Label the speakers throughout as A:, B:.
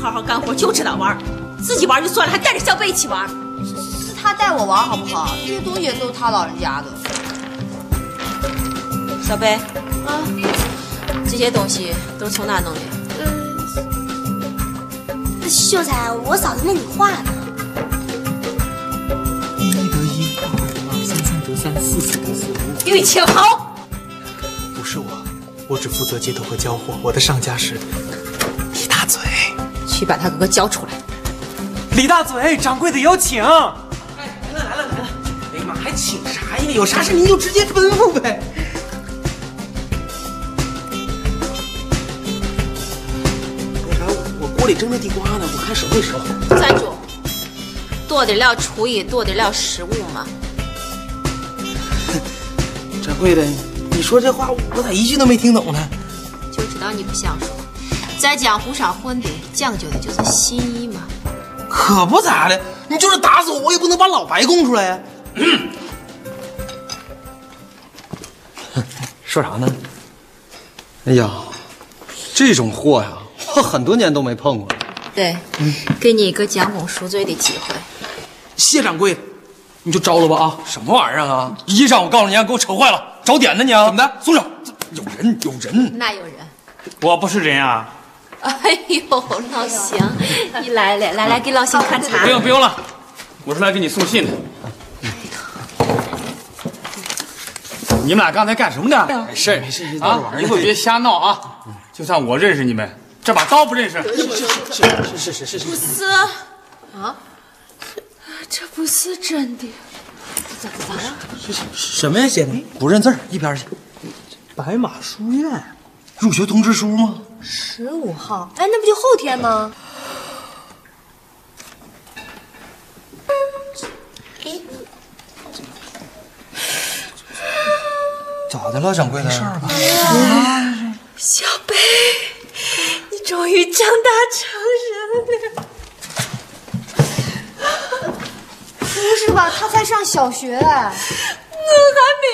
A: 好干活，就知道玩，自己玩就算了，还带着小贝一起玩。
B: 是他带我玩好不好？这些东西都是他老人家的。
A: 小贝，
C: 啊，
A: 这些东西都是从哪弄的？
C: 嗯，秀才，我嫂子问你话呢。
D: 一一得一，二二得二，三三得三，四四得四，五五。
A: 运气好，
D: 不是我，我只负责接头和交货，我的上家是李大嘴。
A: 去把他哥哥交出来。
D: 李大嘴，掌柜的有请。
E: 哎，来了来了来了！哎呀妈，还请啥呀？有啥事您就直接吩咐呗。那啥，我锅里蒸着地瓜呢，我看手没熟。
A: 站住！剁得了厨艺，剁得了食物吗？
E: 掌柜的，你说这话我咋一句都没听懂呢？
A: 就知道你不想说。在江湖上混的，讲究的就是心意嘛。
E: 可不咋的，你就是打死我，我也不能把老白供出来呀、
F: 说啥呢？哎呀，这种货呀，我很多年都没碰过了。
A: 对，给你一个将功赎罪的机会。
E: 谢掌柜的，你就招了吧啊！
F: 什么玩意儿啊！衣裳我告诉你啊，给我扯坏了，找点呢你啊！怎么的？松手！有人，有人！
A: 那有人？
G: 我不是人啊！
A: 哎呦，老邢，你来了，来来，给老邢看茶
G: 不。用不用了，我是来给你送信的。你们俩刚才干什么呢？没事没事啊，一会儿别瞎闹啊！就算我认识你们，这把刀不认识。
A: 是啊，这不是真的。
E: 什么呀，写的？
F: 不认字儿，一边去！
D: 白马书院，
F: 入学通知书吗？
C: 十五号，哎，那不就后天吗？
F: 咋的了，掌柜的？没事吧？
C: 小贝，你终于长大成人了。
B: 不是吧？他才上 小学哎。
C: 我还没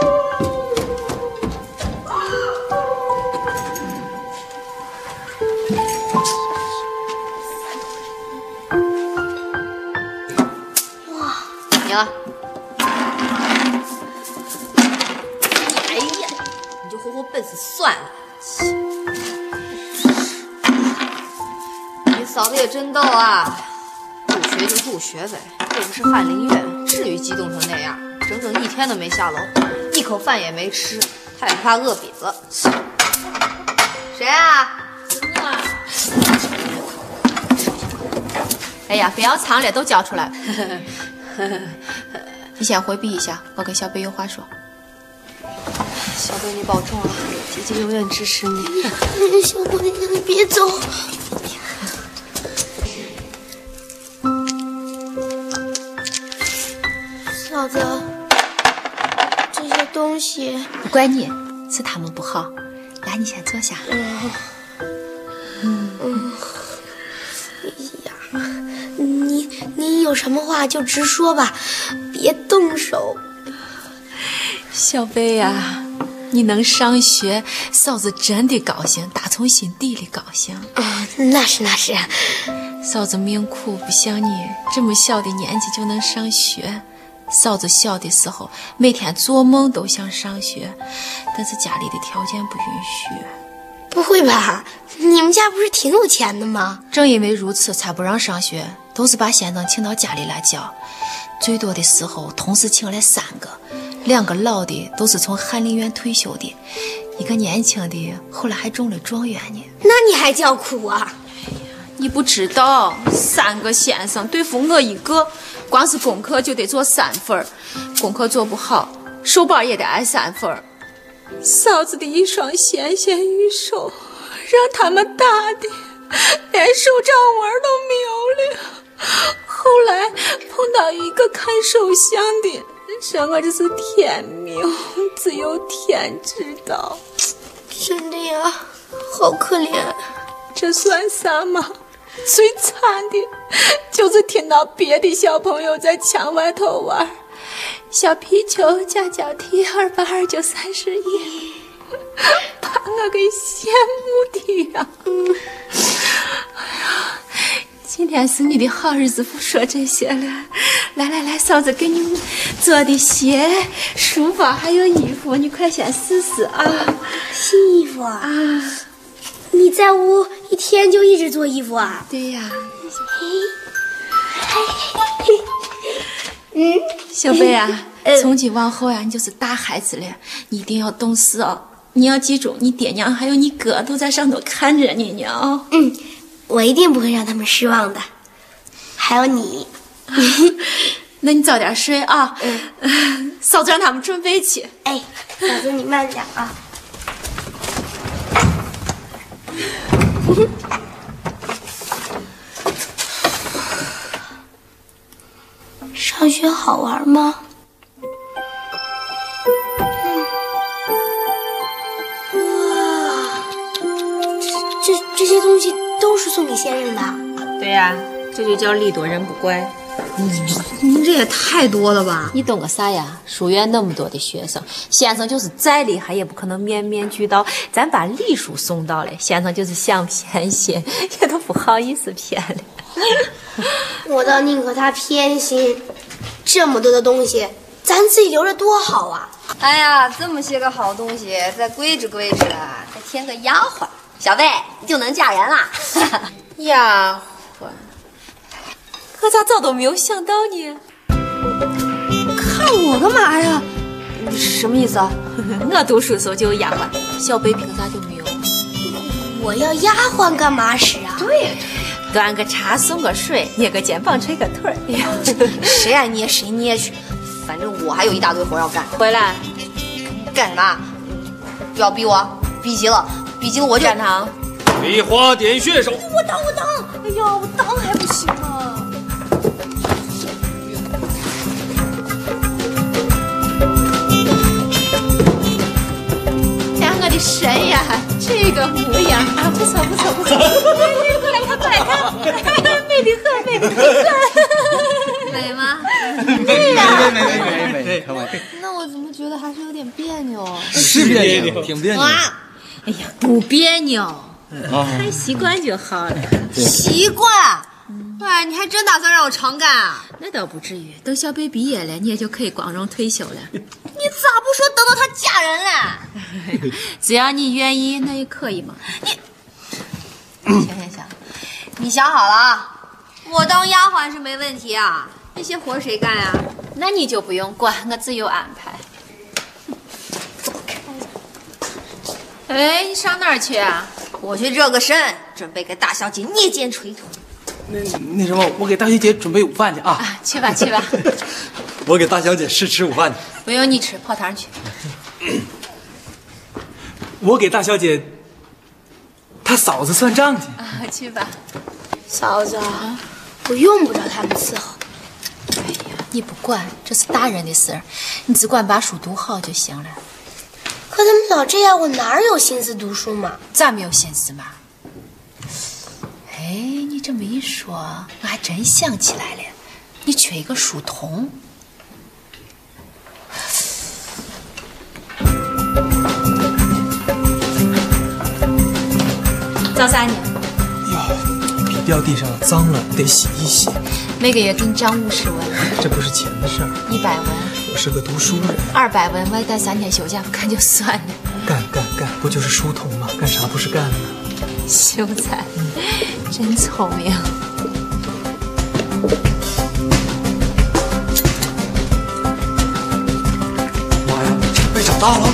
C: 有上过学呢。
A: 你了。哎呀，你就活活笨死算了。
B: 你嫂子也真逗啊！入学就入学呗，又不是翰林院，至于激动成那样？整整一天都没下楼，一口饭也没吃，她也不怕饿瘪了。谁啊？
A: 哎呀，不要藏了，都交 出来。你先回避一下，我跟小贝有话说。
B: 小贝，你保重啊！姐姐永远支持你。
C: 小姑娘，你别走。嫂子，这些东西，
A: 不怪你，是他们不好。来，你先坐下。
C: 嗯哎你你有什么话就直说吧，别动手。
A: 小贝呀、你能上学，嫂子真的高兴，打从心底里高兴。
C: 啊，那是那是，
A: 嫂子命苦，不像你这么小的年纪就能上学。嫂子小的时候，每天做梦都想上学，但是家里的条件不允许。
C: 不会吧？你们家不是挺有钱的吗？
A: 正因为如此，才不让上学，都是把先生请到家里来教。最多的时候，同时请来三个，两个老的都是从翰林院退休的，一个年轻的后来还中了状元呢。
C: 那你还叫苦啊？
A: 你不知道，三个先生对付我一个，光是功课就得做三分儿，功课做不好，手板也得挨三分儿。嫂子的一双纤纤玉手，让他们打的连手掌纹儿都没有了。后来碰到一个看手相的，说我这是天命，只有天知道。
C: 真的呀，好可怜。
A: 这算啥嘛？最惨的就是听到别的小朋友在墙外头玩儿，小皮球加脚踢，二八二就三十一。
H: 把我给羡慕的呀！哎呀，今天是你的好日子，不说这些了。来来来，嫂子给你们做的鞋、书包还有衣服，你快先试试啊！
I: 新衣服啊！
H: 啊，
I: 你在屋一天就一直做衣服啊？
H: 对呀，
C: 哎
I: 嗯，
H: 小贝 啊
I: 呃，
H: 从今往后呀、你就是大孩子了，你一定要懂事哦。你要记住，你爹娘还有你哥都在上头看着你呢哦。
I: 我一定不会让他们失望的。还有你，
H: 那你早点睡啊，
A: 呃
H: 嫂子让他们准备去。
I: 哎，嫂子你慢点啊。 上学好玩吗？哇，嗯这这这些东西都是送给先生的。
A: 对呀、这就叫力躲人不乖。
B: 您这也太多了吧？
A: 你懂个啥呀？书院那么多的学生，先生就是再厉害也不可能面面俱到。咱把礼数送到了，先生就是想 偏心，也都不好意思偏了。
I: 我倒宁可他偏心，这么多的东西，咱自己留着多好啊！
B: 哎呀，这么些个好东西，再规制规制啊，再添个丫鬟，小贝你就能嫁人啦。
H: 呀，
A: 我咋早都没有想到呢？
B: 看我干嘛呀？什么意 思啊？
A: 我读书的时候就有丫鬟，小贝凭啥就没有？
I: 我要丫鬟干嘛使啊？
A: 端个茶，送个水，捏个肩膀，捶个腿儿。哎
B: 谁爱捏谁捏去，反正我还有一大堆活要干。
A: 回来，
B: 干什么啊？不要逼我，逼急了，逼急了我就
A: 展堂，
G: 梨花点穴手，
I: 我当我当，哎呀，我当还不行吗？
H: 哎呀，我的神呀，这个模样啊，不错不错不错！哎过来看，过来看，美得很，美得很！
B: 美吗？
E: 没没没没没，开玩笑，
B: 那我怎么觉得还是有点别扭？
E: 是别扭，挺别扭。
A: 哎呀，不别扭，还哦习惯就好了。
B: 奇怪，哎，你还真打算让我常干啊？
A: 那倒不至于，等小贝毕业了，你也就可以光荣退休了。
B: 你咋不说等到她嫁人嘞？
A: 只要你愿意，那也可以嘛。
B: 行行行，你想好了啊？我当丫鬟是没问题啊，那些活谁干啊呀、
A: 那你就不用管，我自有安排。
H: 哎，你上哪儿去啊？
B: 我去热个身，准备给大小姐捏肩捶腿。
D: 那那什么，我给大学姐准备午饭去 啊。
H: 啊去吧 去吧，
E: 我给大小姐试吃午饭去。
H: 不用你吃，跑堂去。
D: 我给大小姐她嫂子算账去。
H: 啊，去吧。
I: 嫂子，我用不着他们伺候。
A: 你不管，这是大人的事儿，你只管把书读好就行了。
I: 可他们老这样，我哪有心思读书嘛？
A: 咋没有心思嘛？哎，你这么一说，我还真想起来了，你缺一个书童。找啥呢？
D: 哟，笔掉地上脏了，得洗一洗。
A: 每个月给你涨五十文、
D: 这不是钱的事儿，
A: 一百文、
D: 我是个读书人，
A: 二百文，外带三天休假，不干就算了。
D: 干干干，不就是书童吗？干啥不是干呢？
A: 秀才，真聪明。
E: 妈呀，被长大了。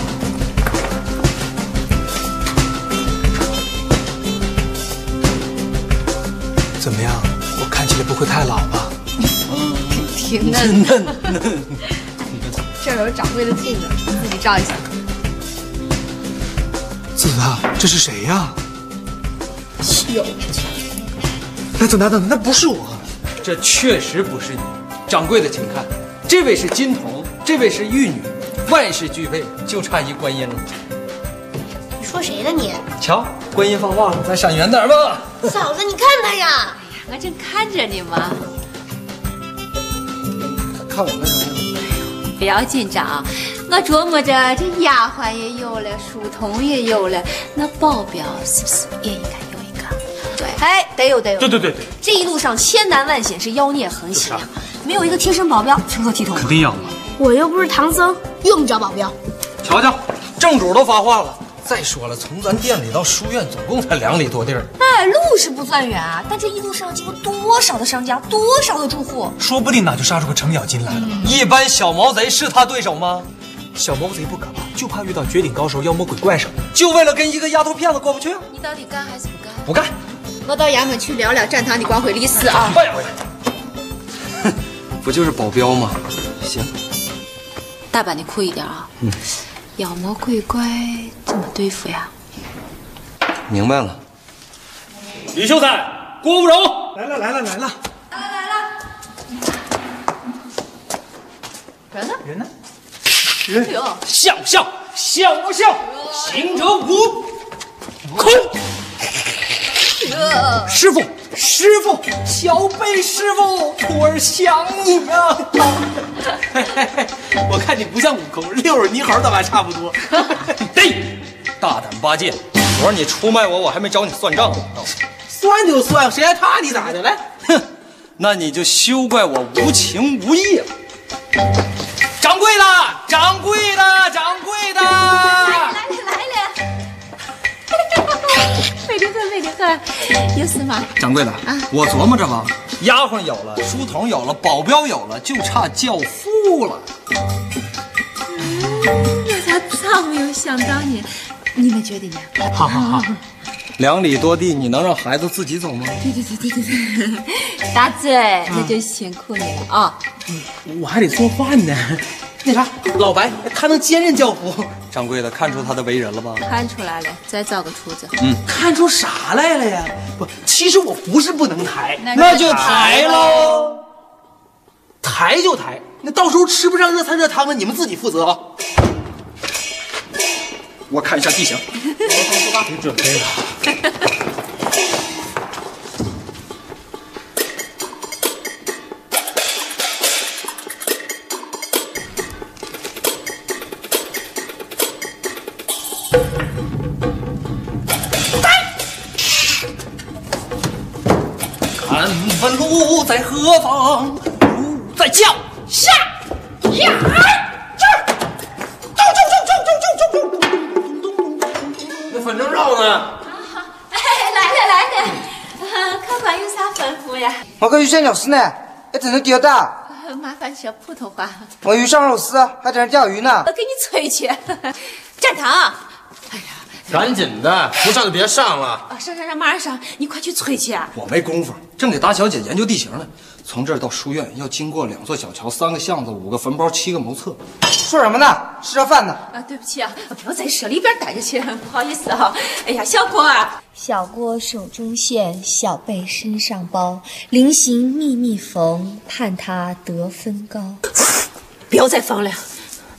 D: 怎么样，我看起来不会太老吧？
B: 挺嫩嫩嫩。这儿有掌柜的镜子，自己照一下。
D: 子啊，这是谁呀、哎等等等等，那不是我，
E: 这确实不是你，掌柜的，请看，这位是金童，这位是玉女，万事俱备，就差一观音了。
I: 你说谁呢你？
E: 瞧，观音放话了，咱闪远点吧。
I: 嫂子，你看他呀！
A: 我正看着你嘛，
E: 看我干啥呀？
A: 不要紧张啊，我琢磨着，这丫鬟也有了，书童也有了，那保镖是不是也应该有一个？
B: 对，哎，得有得有。
G: 对对对对，
B: 这一路上千难万险，是妖孽横行啊呀，没有一个贴身保镖，成何体统？
G: 肯定要嘛。
J: 我又不是唐僧，用不着保镖。
E: 瞧瞧，正主都发话了。再说了，从咱店里到书院总共才两里多地儿，
B: 哎，路是不算远啊，但这一路上经过多少的商家，多少的住户，
D: 说不定哪就杀出个程咬金来了。
A: 嗯
E: 一般小毛贼是他对手吗？
D: 小毛贼不可怕，就怕遇到绝顶高手、妖魔鬼怪什么的。
E: 就为了跟一个丫头骗子过不
D: 啊
E: 去？
A: 你到底干还是不干？
E: 不干！
A: 我到衙门去聊聊展堂的光辉历史啊！
E: 哎呀， 不就是保镖吗？行，
A: 打扮的酷一点啊！妖魔鬼怪怎么对付呀？
E: 明白了。
G: 吕秀才、郭芙蓉，
D: 来了来了来了，
B: 人呢？
D: 人呢？
G: 像不像？像不像？行者悟空。师傅，师傅，小贝师傅，徒儿想你啊呀、
E: 我看你不像悟空，六耳猕猴倒还差不多。
G: 对，大胆八戒，
E: 昨儿你出卖我，我还没找你算账呢。
F: 算就算，谁还怕你咋的？来，
E: 哼，那你就休怪我无情无义了。掌柜的，掌柜的，掌柜的，
A: 美得很，美得很，有事吗？
E: 掌柜的，我琢磨着吧，丫鬟有了，书童有了，保镖有了，就差教父了。
A: 我咋早哎没有想到你？你们啊觉得呢？
D: 好好好，
E: 两里多地，你能让孩子自己走吗？
A: 对对对对对对，大嘴，那就辛苦你了啊！
F: 我还得做饭呢。那啥，老白他能兼任教父，
E: 掌柜的，看出他的为人了吧？
A: 看出来了，再找个厨子。
F: 嗯看出啥来了呀？不，其实我不是不能抬，
E: 那就抬喽。
F: 抬就抬，那到时候吃不上热菜热汤的，你们自己负责啊。
E: 我看一下地形，
F: 敢问路在何方？路在脚下呀！这儿，走走走走走走走走。粉蒸肉呢？
J: 哎，来了来
A: 呃
J: 了，客官有啥吩咐呀？
K: 我跟于山老师呢，还真是钓大。
A: 呃麻烦学普通话，
K: 我于山老师啊还真是钓鱼呢
A: 我。给你吹去。展堂，
G: 赶紧的，不上就别上了。
A: 啊，上上上，马上上，你快去吹去啊！
E: 我没工夫，正给大小姐研究地形呢。从这儿到书院要经过两座小桥、三个巷子、五个坟包、七个茅厕。
K: 说什么呢？吃着饭呢。
A: 啊，对不起啊，不要在舍里边待着去，不好意思啊。哎呀，小郭啊，
I: 小郭手中线，小贝身上包，菱形密密缝，盼他得分高。
A: 不要再放了。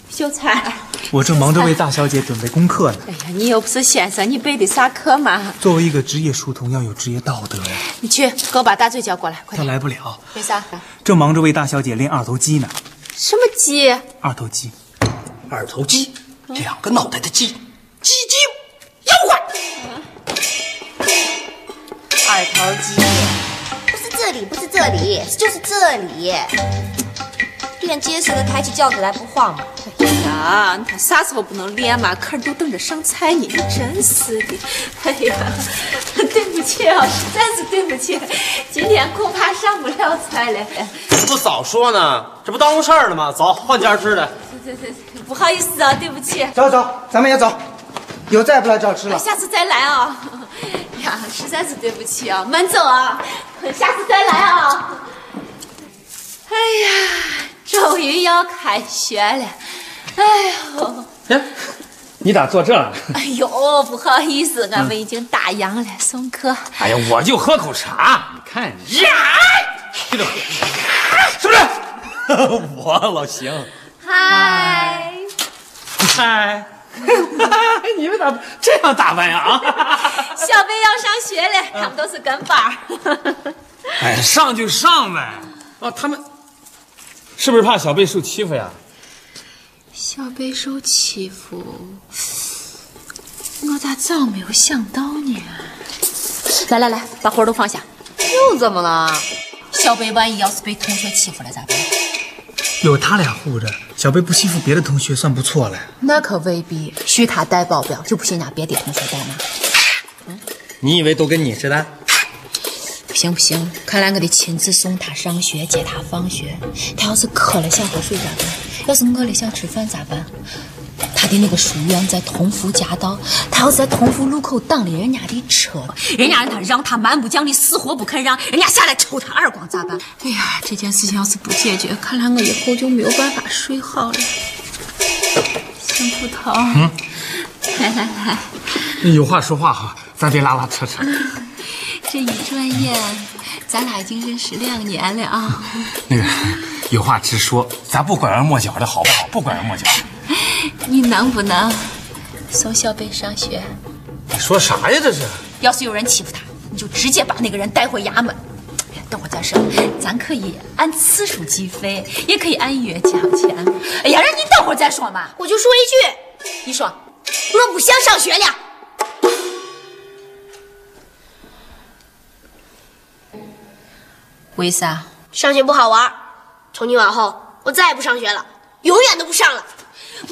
A: 秀才，
D: 我正忙着为大小姐准备功课呢。
A: 哎呀，你又不是先生，你背的啥课嘛？
D: 作为一个职业书童，要有职业道德呀。
A: 你去给我把大嘴叫过来，快
D: 她
G: 嗯
A: 点。
D: 来不了，
A: 为啥？
D: 正忙着为大小姐练二头肌呢。
A: 什么鸡？
D: 二头肌，
E: 二头鸡，两个脑袋的鸡，
F: 鸡精，妖怪。
I: 二头肌，不是这里，不是这里，就是这里。练结实的，抬起轿子来不晃。
A: 呀，你看啥时候不能练嘛？客人都等着上菜呢，你真是的！ 哎呀，对不起啊，实在是对不起，今天恐怕上不了菜了。
F: 不早说呢，这不耽误事儿了吗？走，换家吃的。
A: 不好意思啊，对不起，
K: 走走，咱们也走，以后再也不来这儿吃了。
A: 下次再来啊。呀，实在是对不起啊，慢走啊，下次再来啊。哎呀，终于要开学了，哎呦。
G: 你咋坐这儿？啊
A: 哎呦，不好意思，俺们已经打烊了，送客。
G: 哎呀，我就喝口茶。你看你，这个是不是？
E: 我老邢。
A: 嗨，
G: 嗨， 你们咋这样打扮呀？啊，
A: 小贝要上学了，他们都是跟班儿。
G: 哎，上就上呗。啊，他们是不是怕小贝受欺负呀？
I: 小贝受欺负，我咋早没有想到呢？
A: 来来来，把活儿都放下。
L: 又怎么了？
A: 小贝万一要是被同学欺负了咋办？
D: 有他俩护着，小贝不欺负别的同学算不错了。
A: 那可未必，需他带保镖就不信俺别的同学带吗？
E: 嗯你以为都跟你似的？
A: 不行不行，看来我得亲自送他上学，接他放学。他要是渴了想喝水咋办？要是饿了想吃饭咋办？他的那个书院在同福夹道，他要是在同福路口挡了人家的车，人家让他让，他蛮不讲理，死活不肯让，人家下来抽他耳光咋办？
I: 哎呀，这件事情要是不解决，看来我以后就没有办法睡好了。小葡 萄，
G: 嗯，
I: 来来来，
G: 有话说话哈，咱别拉拉扯扯。
I: 这一转眼，咱俩已经认识两年了啊！
G: 那个，有话直说，咱不拐弯抹角的好不好？不拐弯抹角。
I: 你能不能送小北上学？
G: 你哎说啥呀？这是？
A: 要是有人欺负他，你就直接把那个人带回衙门。哎呀等会儿再说，咱可以按次数计费，也可以按月交钱。哎呀，让你等会儿再说嘛。
B: 我就说一句，
A: 你说，
B: 我不想上学了。
A: 为啥？
B: 上学不好玩儿，从今往后我再也不上学了，永远都不上了。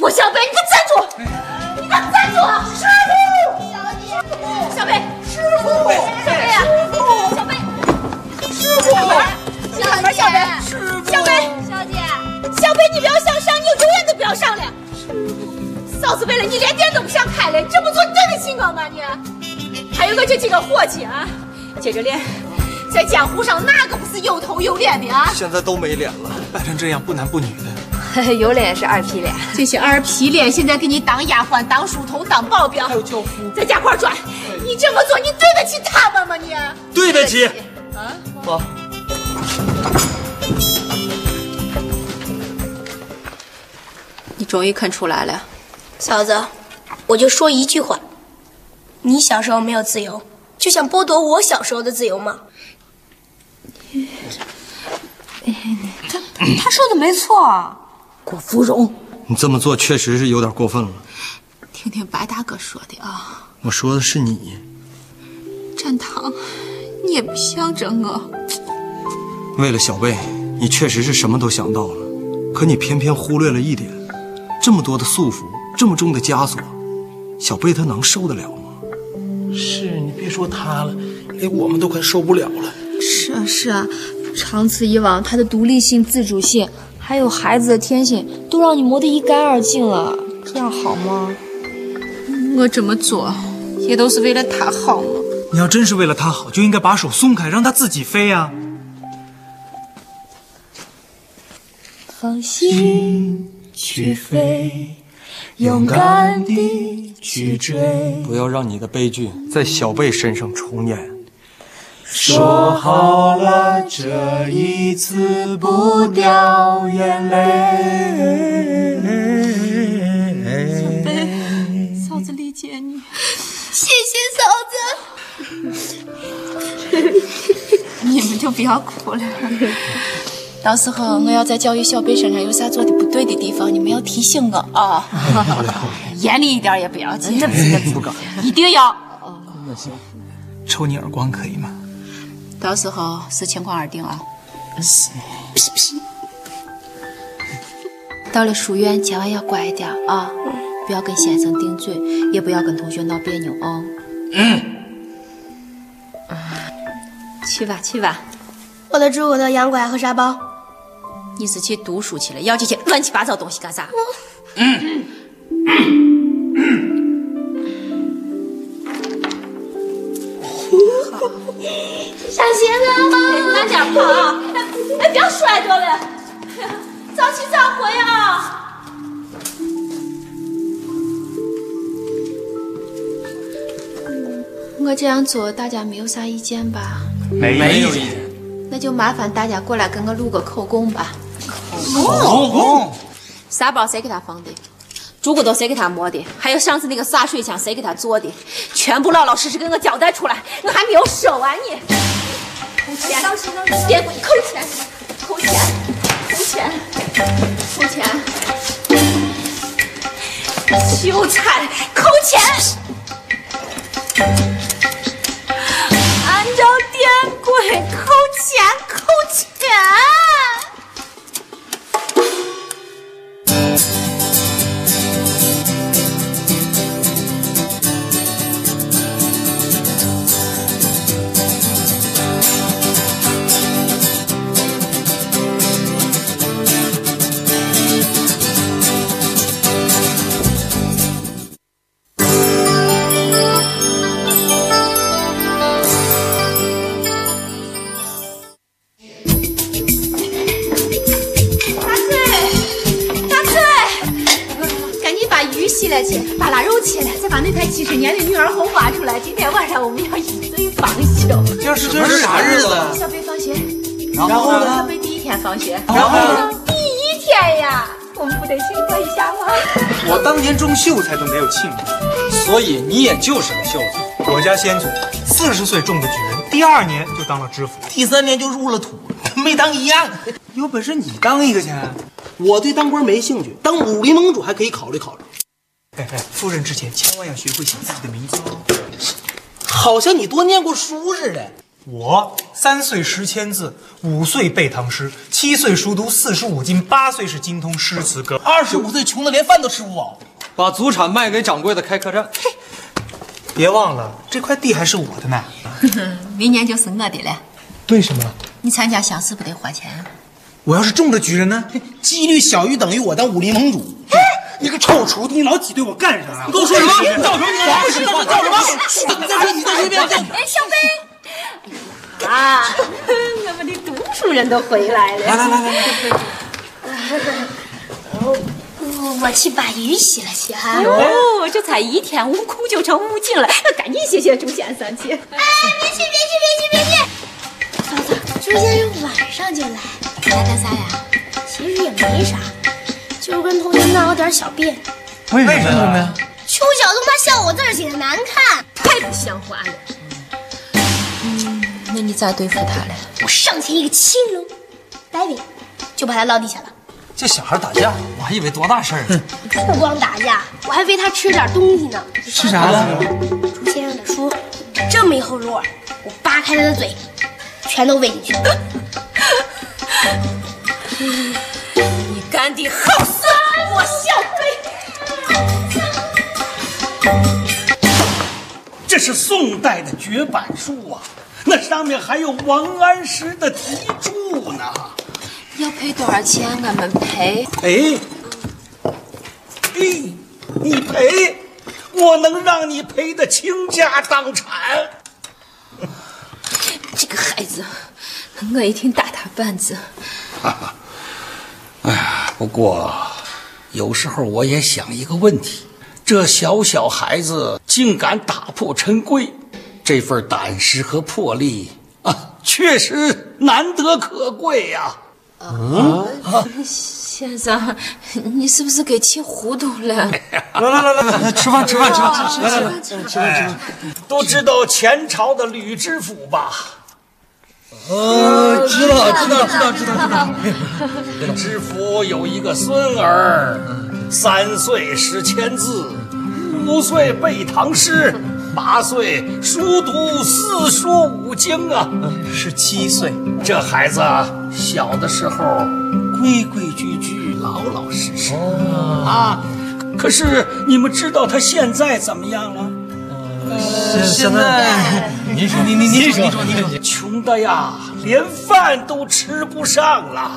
A: 我小北，你给我站
B: 住！你给我站住！师
A: 傅，小北，
B: 师傅，小北呀，
A: 小北，
B: 师傅，小北，小北，小北，小姐，
A: 小北，你不要想上，你永远都不要上了。嫂子为了你连店都不想开了，你这么做对得起我吗你？还有我这几个伙计啊，接着练，在江湖上哪个不是有头有脸的啊？
D: 现在都没脸了，败成这样不男不女的。
L: 有脸是二皮脸，
A: 这些二皮脸现在给你当丫鬟、当书童、当保镖，还有
D: 轿夫，
A: 在家块转。你这么做，你对得起他们吗？你
E: 对得起。
A: 啊，
E: 我
M: 你终于肯出来了。
B: 嫂子，我就说一句话，哦你小时候没有自由，就想剥夺我小时候的自由吗？
I: 他说的没错啊，
A: 郭芙蓉，
E: 你这么做确实是有点过分了。
M: 听听白大哥说的啊，
E: 我说的是你，
M: 展堂，你也不向着我。
E: 为了小贝，你确实是什么都想到了，可你偏偏忽略了一点：这么多的束缚，这么重的枷锁，小贝他能受得了吗？
D: 是你别说他了，连我们都快受不了了。
I: 是啊是啊，长此以往，他的独立性、自主性，还有孩子的天性，都让你磨得一干二净了，这样好吗？
M: 我这么做，也都是为了他好嘛。
D: 你要真是为了他好，就应该把手松开，让他自己飞啊！
I: 放心去飞，勇敢地去追。
E: 不要让你的悲剧在小贝身上重演。
I: 说好了这一次不掉眼泪。
M: 嫂子理解你，
I: 谢谢嫂子。
M: 你们就不要哭了。 到时候我要在教育小贝身上有啥做的不对的地方，你们要提醒我 啊。严厉一点也不要紧，那不
D: 不搞，
M: 一定要。
D: 那行，抽你耳光可以吗？
M: 到时候视情况而定啊。到了书院，千万要乖一点啊，不要跟先生顶嘴，也不要跟同学闹别扭哦。
E: 嗯，
M: 去吧，去吧。
B: 我的猪，我的羊拐和沙包。
A: 你是去读书去了，要这些乱七八糟东西干啥？
N: 上学了
A: 哎
N: 吗？慢点跑啊！哎，不要摔着了， 早去早回啊！
M: 我这样做，大家没有啥意见吧？
O: 没有意见。
M: 那就麻烦大家过来跟我录个口供吧。
O: 红红，
A: 沙包谁给他放的？竹骨头谁给他磨的？还有上次那个洒水枪谁给他做的？全部老老实实给我交代出来！我还没有说完呢。
N: 扣钱，
A: 别滚，
N: 扣钱，扣钱，扣钱，扣钱。
A: 秀才扣钱，按照店规扣钱扣钱。大翠，赶紧把鱼洗了去，把腊肉切了，再把那台几十年的女儿红挖出来。今天晚上我们要一醉方休。
P: 今儿是今儿是啥日子啊呀
A: 小北放学。
P: 然后呢
A: 小北第一天放学。
P: 然后呢
A: 第一天呀，我们不得庆贺一下吗？
D: 我当年中秀才都没有庆祝，所以你也就是个秀才。我家先祖四十岁中的举人，第二年就当了知府，
P: 第三年就入了土，没当一样。有本事你当一个去。我对当官没兴趣，当武林盟主还可以考虑考虑。
D: 哎哎，夫人之前千万要学会写自己的名字哦。
P: 好像你多念过书似的。
D: 我三岁识千字，五岁背唐诗，七岁熟读四书五经，八岁是精通诗词歌，
P: 二十五岁穷的连饭都吃不饱。
E: 把祖产卖给掌柜的开客栈。
D: 别忘了，这块地还是我的呢。
B: 明年就是我的了。
D: 为什么？
B: 你参加乡试不得花钱啊？
D: 我要是中了举人呢？
P: 几率小于等于我当武林盟主。你个臭厨子，你老挤兑我干啥呀？哎你跟我说什么？叫什么？你什么？叫什么？再说你再说一遍，叫
A: 哎，小飞，啊，我们的读书人都回来了。
P: 来来来来
I: 哦
A: 我我去把鱼洗了洗哈
I: 哎
P: 哎
Q: 哦
A: 哦，这才一天，无空就成无尽了， 赶紧谢谢朱先生去。
I: 哎，别去，别去，别去，别去！嫂子，朱先生晚上就来，来干啥呀？其实也没啥，就是跟同学闹有点小别扭。
D: 为什么呀？
I: 邱晓东他笑我字儿写的难看，太不像话了！
B: 那你咋对付他嘞？
I: 我上前一个青龙，白尾，就把他落地下了。
E: 这小孩打架，我还以为多大事儿呢。
I: 不光打架，我还喂他吃点东西呢。
E: 吃啥了？
I: 朱先生的书这么一厚摞，我扒开他的嘴，全都喂进去。
A: 你干的好事，我小飞。
G: 这是宋代的绝版书啊，那上面还有王安石的题注呢。
B: 要赔多少钱？
A: 啊
B: 俺们赔。
G: 赔？
P: 哎
D: 哎
G: 嘿，你赔，我能让你赔得倾家荡产。
Q: 这个孩子，我一定打他板子。
G: 哎呀，不过有时候我也想一个问题：这小小孩子竟敢打破陈规，这份胆识和魄力啊，确实难得可贵呀、嗯
Q: 先生，你是不是给气糊涂了？
C: 哎
G: 来来来来来，吃
Q: 饭吃饭吃饭吃饭来来来吃饭吃饭吃饭
G: 都知道前朝的吕知府吧？
P: 呃知道知道知道
G: 知道知道。吕知府有一个孙儿，三岁识千字，五岁背唐诗，八岁熟读四书五经啊，
D: 是七岁。
G: 这孩子小的时候规规矩矩，老老实实
D: 哦
G: 啊。可是你们知道他现在怎么样了？
D: 呃现在你说你你你说你说你说，
G: 穷的呀，连饭都吃不上了，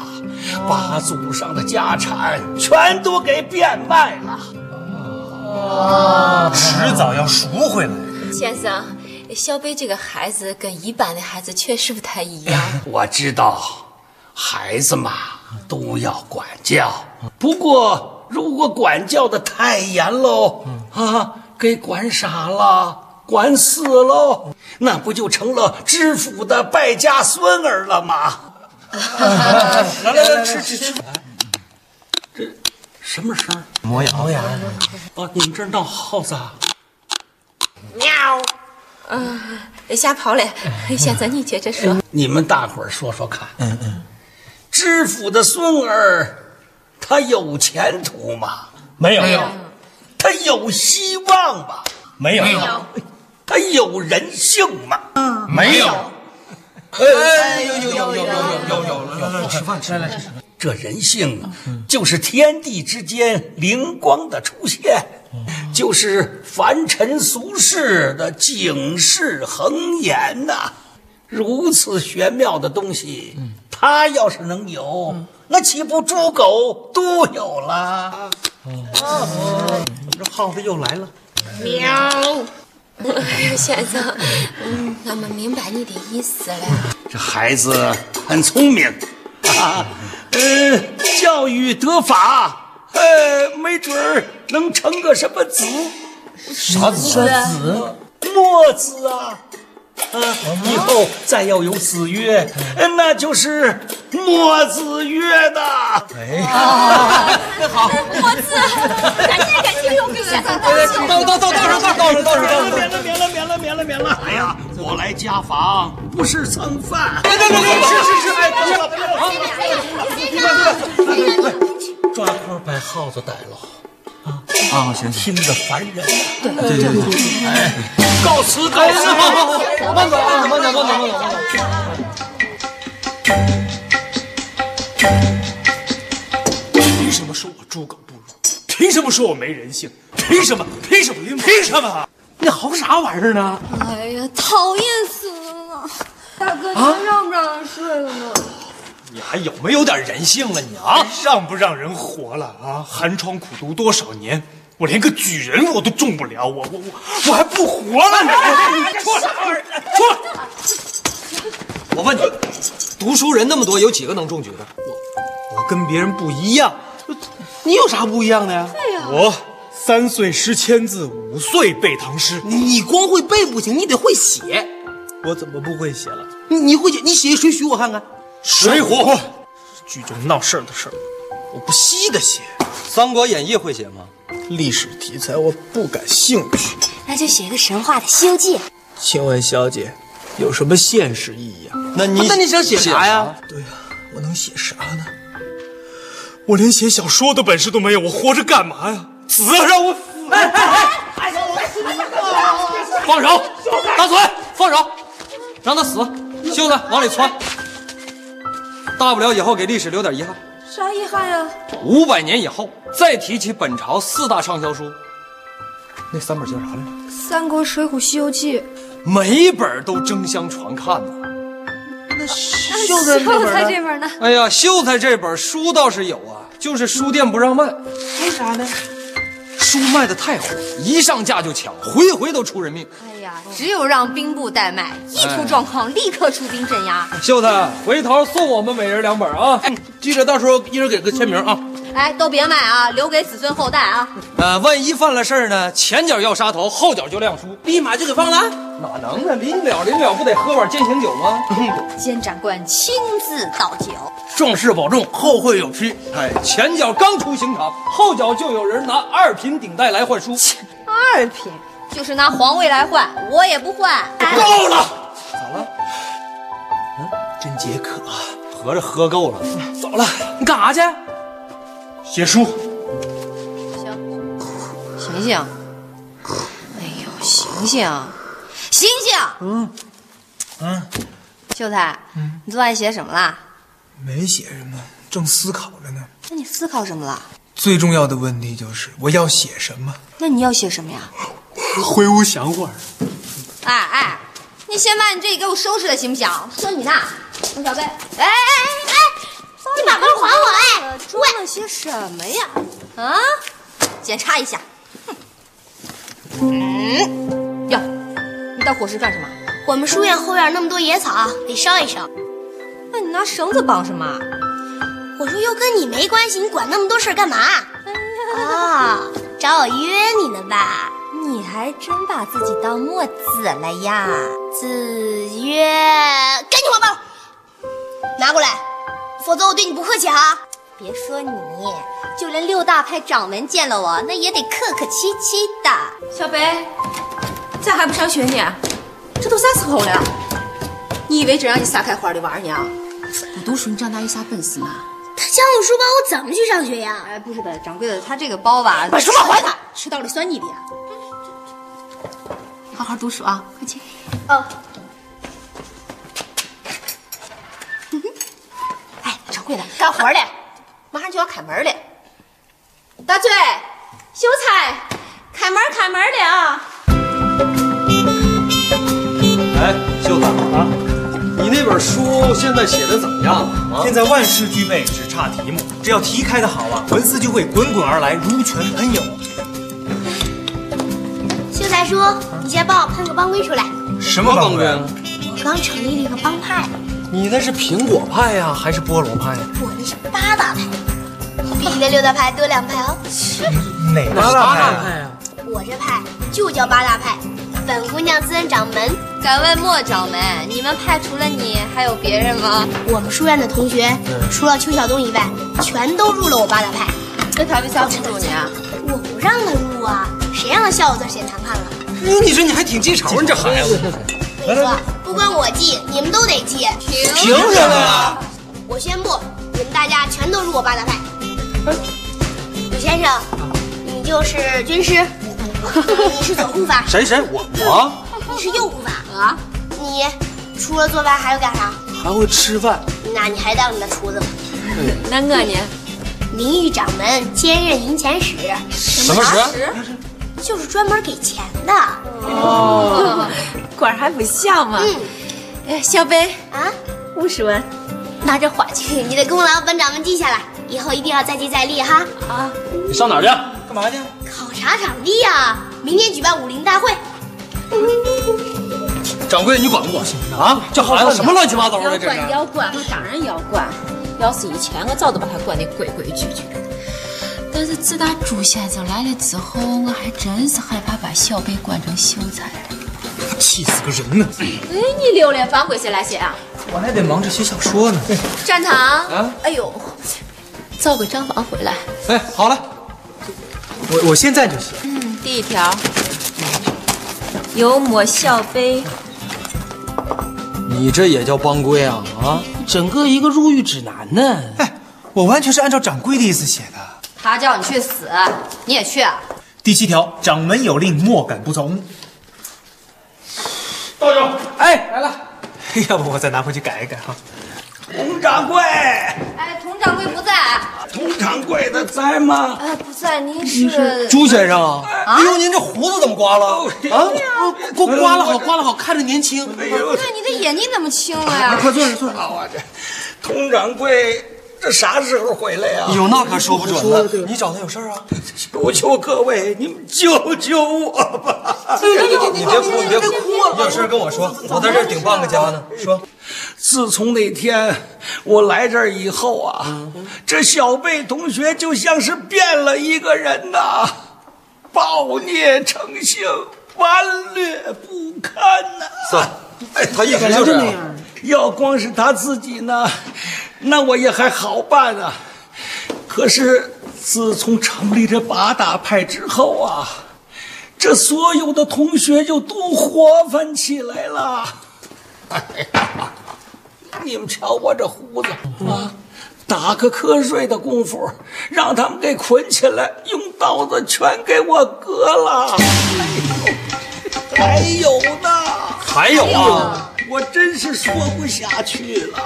G: 把祖上的家产全都给变卖了。
D: 迟早要赎回来。
Q: 先生，小贝这个孩子跟一般的孩子确实不太一 样。
G: 我知道，孩子嘛都要管教，不过如果管教的太严喽，啊，给管傻了。管死喽，那不就成了知府的败家孙儿了吗？啊来来来，吃吃吃！这什么声儿？
D: 磨牙磨牙，
G: 啊，你们这儿闹耗子啊？
Q: 喵。嗯、吓跑 了。先生，你接着
C: 嗯
Q: 说。
G: 你们大伙儿说说看，嗯嗯，知府的孙儿，他有前途吗？
E: 啊
D: 没有没有，
P: 他有希望吗？
E: 没有没有
P: 他有人性吗？嗯
E: 没有。
P: 哎，有有有有有有有有有，吃饭吃饭。这人性啊，就是天地之间灵光的出现，就是凡尘俗世的警示恒言呐、如此玄妙的东西，他要是能有，那岂不猪狗都有了？哦，这耗子又来了。
A: 喵。哎呀，先生，嗯，俺们明白你的意 思了。
P: 这孩子很聪明，啊，呃，教育得法，呃，没准儿能成个什么子，
F: 啥子啥子，
P: 墨子啊，啊，以后再要有子曰，呃那就是墨子曰的。哎，那好，墨子，
J: 感谢感谢又给我
P: 到到到到上到上到上
F: 哎
P: 到上。
F: 免了免了免了免了！
P: 哎呀，我来家访不是蹭饭。
F: 别别别别，是是是，哎，
P: 不
F: 不要
P: 要了
F: 了
P: 不
F: 不
P: 要
F: 要
P: 了
F: 了，
P: 啊
F: 别别别别别！
P: 抓阄把耗子逮了，
E: 啊，行
P: 行，听着烦人。
E: 对对对对，哎，
P: 告辞告辞，
E: 好好好，慢走啊，慢走慢走慢走慢走。
F: 凭什么说我猪狗不如？凭什么说我没人性？凭什么？凭什么？凭什么？你嚎啥玩意儿呢？
C: 哎呀，讨厌死了！大哥，
F: 啊
C: 您让不让人睡了呢？
D: 你还有没有点人性了？你啊，让不让人活了啊？寒窗苦读多少年，我连个举人我都中不了，我我我我还不活了呢！你出来！出来！
E: 我问你，读书人那么多，有几个能中举的？
D: 我跟别人不一样，你有啥不一样的呀？我三岁识千字，五岁背唐诗。
F: 你你光会背不行，你得会写。
D: 我怎么不会写了？
F: 你你会写？你写一《水浒》我看看。《
D: 水浒》剧中闹事儿的事儿，我不稀的写。《
E: 三国演义》会写吗？
D: 历史题材我不感兴趣。
I: 那就写个神话的《西游记》。
D: 请问小姐，有什么现实意义啊？
E: 那你
F: 那你想写啥呀？
D: 对呀、我能写啥呢？我连写小说的本事都没有，我活着干嘛呀？死啊，让我死！
F: 哎哎哎！
E: 放手，大嘴，放手，让他死，袖子往里窜，大不了以后给历史留点遗憾。
C: 啥遗憾啊呀？
E: 五百年以后再提起本朝四大畅销书，那三本叫啥来着？
C: 《三国》《水浒》《西游记》。
E: 每本都争相传看呢。
C: 那
F: 秀才那本儿呢
C: 这本儿呢？
E: 哎呀，秀才这本书倒是有啊，就是书店不让卖，
C: 为啥呢？
E: 书卖的太火，一上架就抢，回回都出人命。
B: 哎呀，只有让兵部代卖，一出状况立刻出兵镇压。
E: 秀才，回头送我们每人两本啊，
C: 哎
E: 记着到时候一人给个签名啊。
B: 哎，都别卖啊，留给子孙后代啊！
E: 呃，万一犯了事儿呢，前脚要杀头，后脚就亮书，立马就给放了。哪能啊？临了临了，不得喝碗践行酒吗？
B: 监斩官亲自倒酒，
E: 壮士保重，后会有期。哎，前脚刚出刑场，后脚就有人拿二品顶戴来换书。
B: 二品就是拿皇位来换，我也不换。
E: 够了，咋了？真解渴，合着喝够了。走了，你干啥去？
D: 写书。
B: 醒醒！哎呦，醒醒，醒醒！嗯
D: 嗯，
B: 秀才，你昨晚写什么啦？
D: 没写什么，正思考着呢。
B: 那你思考什么了？
D: 最重要的问题就是我要写什么。
B: 那你要写什么呀？
D: 回屋想会儿。
B: 哎哎，你先把你这里给我收拾了，行不行？说你呢，冯小贝。哎哎哎哎，
I: 你把包还我！
B: 哎！装了些什么呀？啊？检查一下。嗯，哟，你带火石干什么？
I: 我们书院后院那么多野草，得烧一烧。
B: 那哎你拿绳子绑什么？
I: 我说又跟你没关系，你管那么多事儿干嘛？哦，找我约你呢吧？
B: 你还真把自己当墨子了呀？
I: 子曰，赶紧还包，拿过来，否则我对你不客气啊！
B: 别说你，就连六大派掌门见了我，那也得客客气气的。
A: 小北，咋还不上学呢？这都啥时候了？你以为这让你撒开花的玩呢？不读书，你长大有啥本事吗？
I: 他抢我书包，我怎么去上学呀？
B: 哎，不是的，掌柜的，他这个包吧，
I: 把书包还他，迟到了算你的呀。
B: 好好读书啊，快去。
I: 哦，
B: 哎，掌柜的，干活嘞，马上就要开门了。
A: 大嘴，秀才，开门开门的啊！
E: 哎，秀子啊，你那本书现在写的怎么样啊了？
R: 现在万事俱备，只差题目。只要题开得好啊，文思就会滚滚而来，如泉喷涌。
I: 秀才叔，你先帮我喷个帮规出来。
R: 什么帮规？
I: 我刚成立了一个帮派，
R: 你那是苹果派呀、还是菠萝派呀、
I: 我那是八大派，比你的六大派多两派哦。
R: 哪个
I: 八大派啊
R: 派呀、
I: 我这派就叫八大派，本姑娘自认掌门。
B: 敢问莫掌门，你们派除了你还有别人吗？
I: 我们书院的同学，除了邱晓东以外，全都入了我八大派。
B: 那他为啥不入你啊？
I: 我不让他入啊，谁让他笑我字写长看了？
E: 你说你还挺记仇，你这孩子。
I: 我跟你说，不光我记，你们都得记。停
E: 凭什么啊呀？
I: 我宣布，你们大家全都入我八大派。
E: 哎
I: 吕先生，你就是军师，你是左护法，
E: 谁谁我我
I: 你是右护法啊？你除了做饭还会干啥？
E: 还会吃饭？
I: 那你还当你的厨子吧？
A: 那我呢？
I: 名誉掌门兼任银钱使，
E: 什么啊使？
I: 就是专门给钱的。
A: 哦，官儿还不小嘛。
C: 嗯
A: 哎，小贝
I: 啊，
A: 五十文，
I: 拿着还去。你的功劳本掌门记下来，以后一定要再接再厉哈。啊，
E: 你上哪儿去？
R: 干嘛去？
I: 考察场地啊，明天举办武林大会。
E: 掌柜，你管不管啊？这孩子什么乱七八糟的？
A: 要
E: 这是
A: 管要管，我当然要管。要是以前，我早都把他管得规规矩矩了。
S: 但是自打朱先生来了之后，我还真是害怕把小贝管成秀才了。
R: 气死个人呢！
A: 哎，你留了犯规谁来写啊？
R: 我还得忙着写小说呢。
A: 展堂
R: 啊，
A: 哎呦，造个账房回来。
R: 哎，好了，我我现在就写。
A: 嗯，第一条，油抹小杯，
E: 你这也叫帮规啊？啊，
R: 整个一个入狱指南呢。哎，我完全是按照掌柜的意思写的。
B: 他叫你去死，你也去啊？
R: 第七条，掌门有令，莫敢不从。
F: 道长，
R: 哎，来了。 要不我再拿回去改一改哈。
P: 佟掌柜，
B: 哎，佟掌柜不在，
P: 佟掌柜的在吗？
B: 哎，不在，您是
E: 朱先生啊，哎呦，您这胡子怎么刮了啊？
G: 哎
E: 给我刮了好，刮了好，看着年轻。
B: 对，你的眼睛怎么青了呀？
E: 快坐下，坐下。
P: 啊，这佟掌柜这啥时候回来呀、
E: 有那可说不准了，你找他有事儿啊？
P: 求求各位，你们救救我吧！
E: 你别哭，你别哭，你有事儿跟我说，我在这儿顶半个家呢。说，
P: 自从那天我来这儿以后啊，这小贝同学就像是变了一个人呐，暴虐成性，顽劣不堪呐、
E: 算了，他一直就这样。
P: 要光是他自己呢，那我也还好办啊。可是自从成立这八大派之后啊，这所有的同学就都活泛起来了。哎呀，你们瞧我这胡子啊，打个瞌睡的功夫，让他们给捆起来，用刀子全给我割了。哎还有呢，
E: 还有啊，
P: 我真是说不下去了。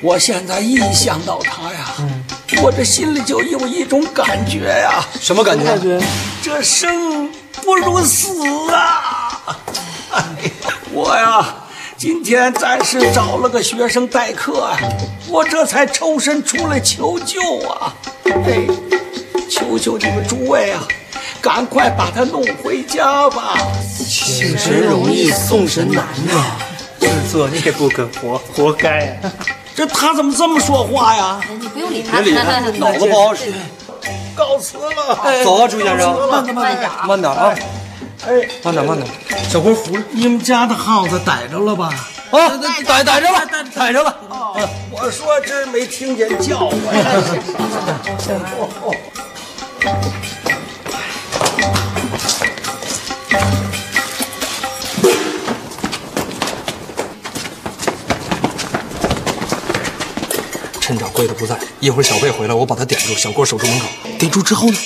P: 我现在一想到他呀，
E: 嗯
P: 我这心里就有一种感觉呀，
E: 什么感觉？
P: 这生不如死啊！ 哎呀，我呀，今天暂时找了个学生代课啊，我这才抽身出来求救啊！哎，求求你们诸位啊，赶快把他弄回家吧！
R: 请神容易送神难呐，自作孽不可活，活该啊！
P: 这他怎么这么说话呀？
B: 你不用理
E: 别理他，脑子不好使。
P: 告辞了
E: 哎走啊朱先生
P: 慢点，慢点，
E: 慢点啊，
P: 哎，
E: 慢点，慢点。
P: 小灰狐，你们家的耗子逮着了吧？
E: 啊，逮逮着了，逮着了。
P: 我说真没听见叫我呀！
R: 趁掌柜的不在，
D: 一会儿小贝回来，我把他点住，小郭守住门口。
E: 点住之后呢？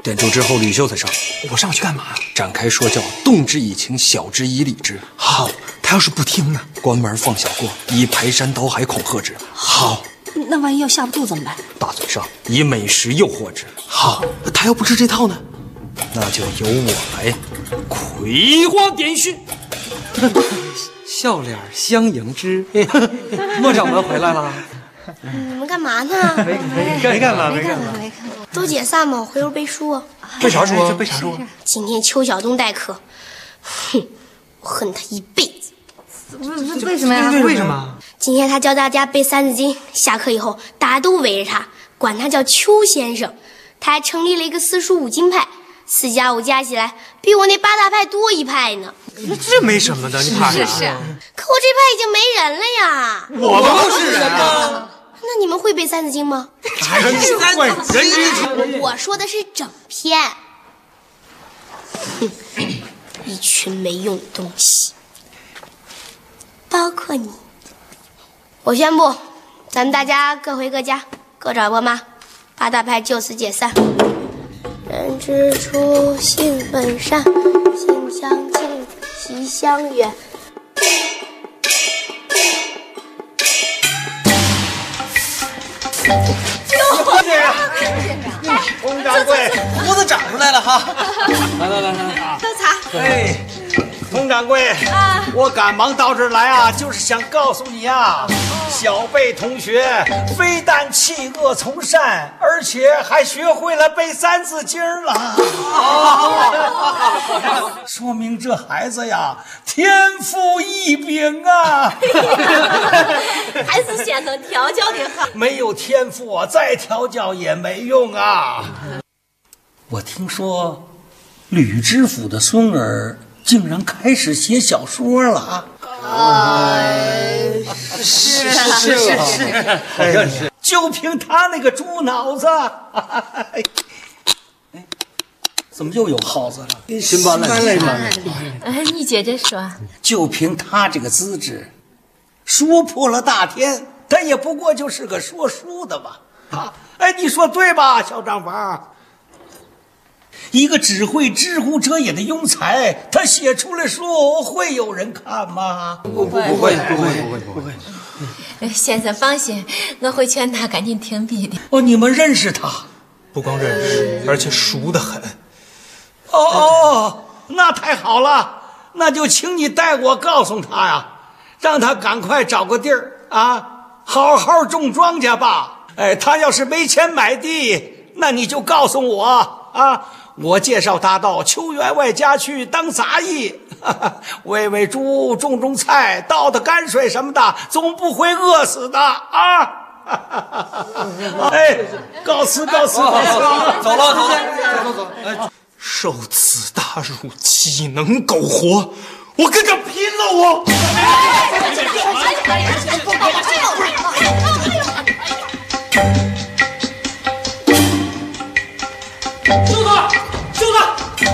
D: 点住之后，吕秀才上。
E: 我上去干嘛？啊
D: 展开说教，动之以情，晓之以理之。
E: 好，他要是不听呢？
D: 关门放小郭，以排山倒海恐吓之。
E: 好，
T: 那万一要下不住怎么办？
D: 大嘴上，以美食诱惑之。
E: 好，他要不吃这套呢？
D: 那就由我来，葵花点穴。
U: 笑脸相迎之，莫掌门回来了。
I: 你们干嘛呢？
U: 没没没干嘛，没干嘛。
I: 都解散嘛，我回屋背书啊。
U: 背啥书啊？背啥书啊？
I: 今天邱晓东代课，哼，我恨他一辈子。
V: 为为什么呀？
U: 为什么？
I: 今天他教大家背三字经，下课以后大家都围着他，管他叫邱先生。他还成立了一个四书五经派，四加五加起来比我那八大派多一派呢。
U: 这没什么的，你怕啥？
I: 可我这派已经没人了呀。
U: 我们不是人啊。
I: 那你们会背三字经吗？
U: 人之会，人之初。
I: 我说的是整篇。哼，一群没用的东西，包括你。我宣布，咱们大家各回各家，各找各妈，八大派就此解散。人之初，性本善，性相近，习相远。
P: 邱先生，翁掌柜，胡子长出来了哈！
W: 来来来来啊！
T: 喝茶。
P: 哎，翁掌柜，我赶忙到这儿来啊，就是想告诉你啊，小贝同学非但弃恶从善，而且还学会了背《三字经》了。说明这孩子呀，天赋异禀啊！
T: 还是先生调教的好。
P: 没有天赋啊，再调教也没用啊。
E: 我听说，吕知府的孙儿竟然开始写小说了啊！
P: 是是是是，
E: 好像是。
P: 就凭他那个猪脑子，哎，
E: 怎么又有耗子了？
U: 新搬来的
E: 新搬来的
A: 哎，你接着说。
E: 就凭他这个资质，说破了大天，他也不过就是个说书的吧？啊，
P: 哎，你说对吧，小账房？
E: 一个只会知乎者也的庸才，他写出来书会有人看吗？不
A: 不不会不
E: 会不会不会。
A: 呃先生放心，我会劝他赶紧停笔的。
E: 哦，你们认识他？
X: 不光认识，而且熟得很。
P: 哦哦，那太好了，那就请你代我告诉他呀，让他赶快找个地儿啊，好好种庄稼吧。哎，他要是没钱买地，那你就告诉我啊，我介绍他到邱员外家去当杂役， 哈哈喂喂猪，种种菜，倒倒泔水什么的，总不会饿死的啊。 哎，告辞，告辞，告辞，
W: 走了，走了，
P: 走走。哎，
X: 受此大辱，岂能苟活？我跟他拼了！我。
P: 秀子，秀子，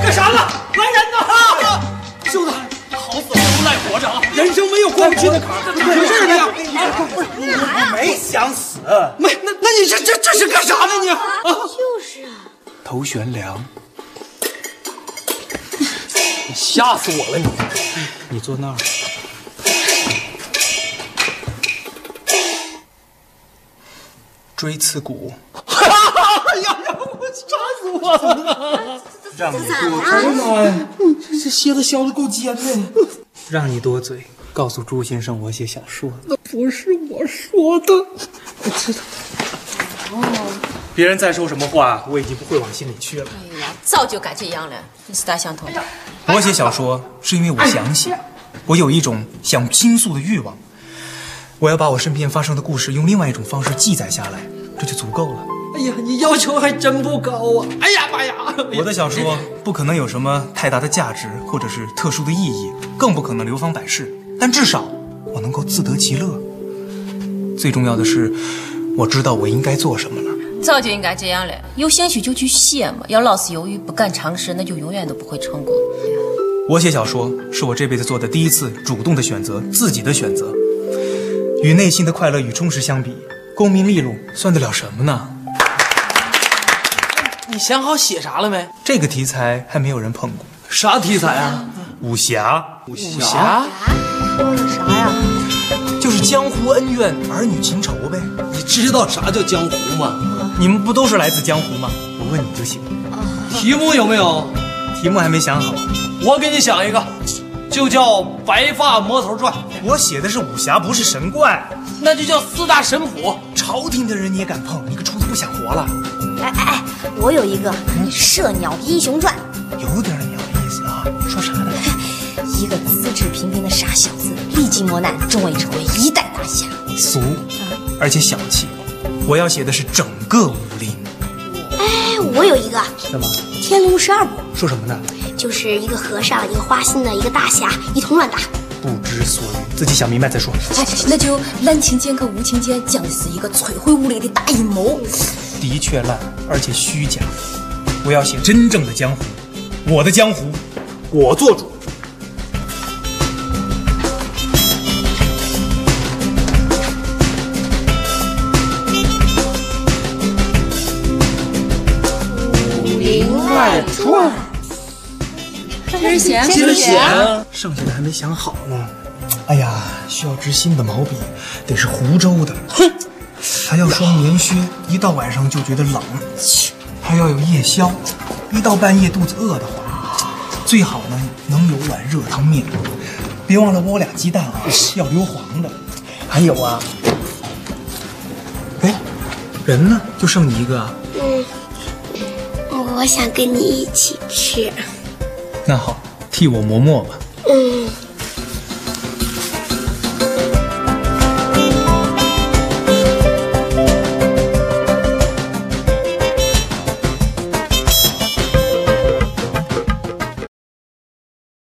P: 干啥呢？来人呐！
U: 秀子，
W: 好死不赖活着啊！
U: 人生没有过哎不去的坎儿，
W: 哪有
U: 有事儿
W: 呀
U: 没有？
I: 干啥呀？
P: 哎没想死，
U: 没那那你这这这是干啥呢你？啊，
I: 就是啊。
D: 头悬梁，
W: 你吓死我了你！
D: 你坐那儿。锥刺股，
U: 哎呀呀，我扎死我了！
D: 让你
U: 嗯，这蝎子削的够尖的。
D: 让你多嘴，告诉朱先生我写小说。
U: 那不是我说的，我知道。
D: 别人再说什么话，我已经不会往心里去了。
A: 哎呀，早就该这样了，你是大象头。
D: 我写小说是因为我想写，我有一种想倾诉的欲望。我要把我身边发生的故事用另外一种方式记载下来，这就足够了。
U: 哎呀，你要求还真不高啊！哎呀妈呀！
D: 我的小说不可能有什么太大的价值，或者是特殊的意义，更不可能流芳百世。但至少我能够自得其乐。最重要的是，我知道我应该做什么了。
A: 早就应该这样了，有兴趣就去写嘛，要老是犹豫不敢尝试，那就永远都不会成功。
D: 我写小说是我这辈子做的第一次主动的选择，自己的选择。与内心的快乐与充实相比，功名利禄算得了什么呢？
G: 你想好写啥了没？
D: 这个题材还没有人碰过。
G: 啥题材啊？
D: 武侠，武
G: 武侠，
Y: 说了啥呀？
D: 就是江湖恩怨、儿女情仇呗。
G: 你知道啥叫江湖吗？
D: 你们不都是来自江湖吗？我问你就行。
G: 题目有没有？
D: 题目还没想好，
G: 我给你想一个，就叫《白发魔头传》。
D: 我写的是武侠，不是神怪，
G: 那就叫四大神谱。
D: 朝廷的人你也敢碰？你个畜生不想活了？
I: 哎哎哎，我有一个《射鸟英雄传》，
D: 有点鸟意思啊！说啥呢？
I: 一个资质平平的傻小子，历经磨难，终于成为一代大侠。
D: 俗，而且小气。我要写的是整个武林。
I: 哎，我有一个
D: 干嘛？
I: 《天龙十二部
D: 说什么呢？》，
I: 就是一个和尚，一个花心的，一个大侠，一通乱打。
D: 不知所云，自己想明白再说。
A: 哎，那就滥情间和无情间将是一个摧毁武林的大阴谋。
D: 的确烂，而且虚假。我要写真正的江湖，我的江湖，我做主。
G: 《林外传》。
Z: 接着写，
G: 接着写啊
D: 剩下的还没想好呢。哎呀，需要支新的毛笔，得是湖州的。哼，还要双棉靴，一到晚上就觉得冷。还要有夜宵，一到半夜肚子饿得慌。最好呢，能有碗热汤面。别忘了窝俩鸡蛋啊，要硫磺的。还有啊，哎，人呢？就剩你一个啊。
I: 嗯，我想跟你一起吃。
D: 那好，替我磨墨吧。
I: 嗯，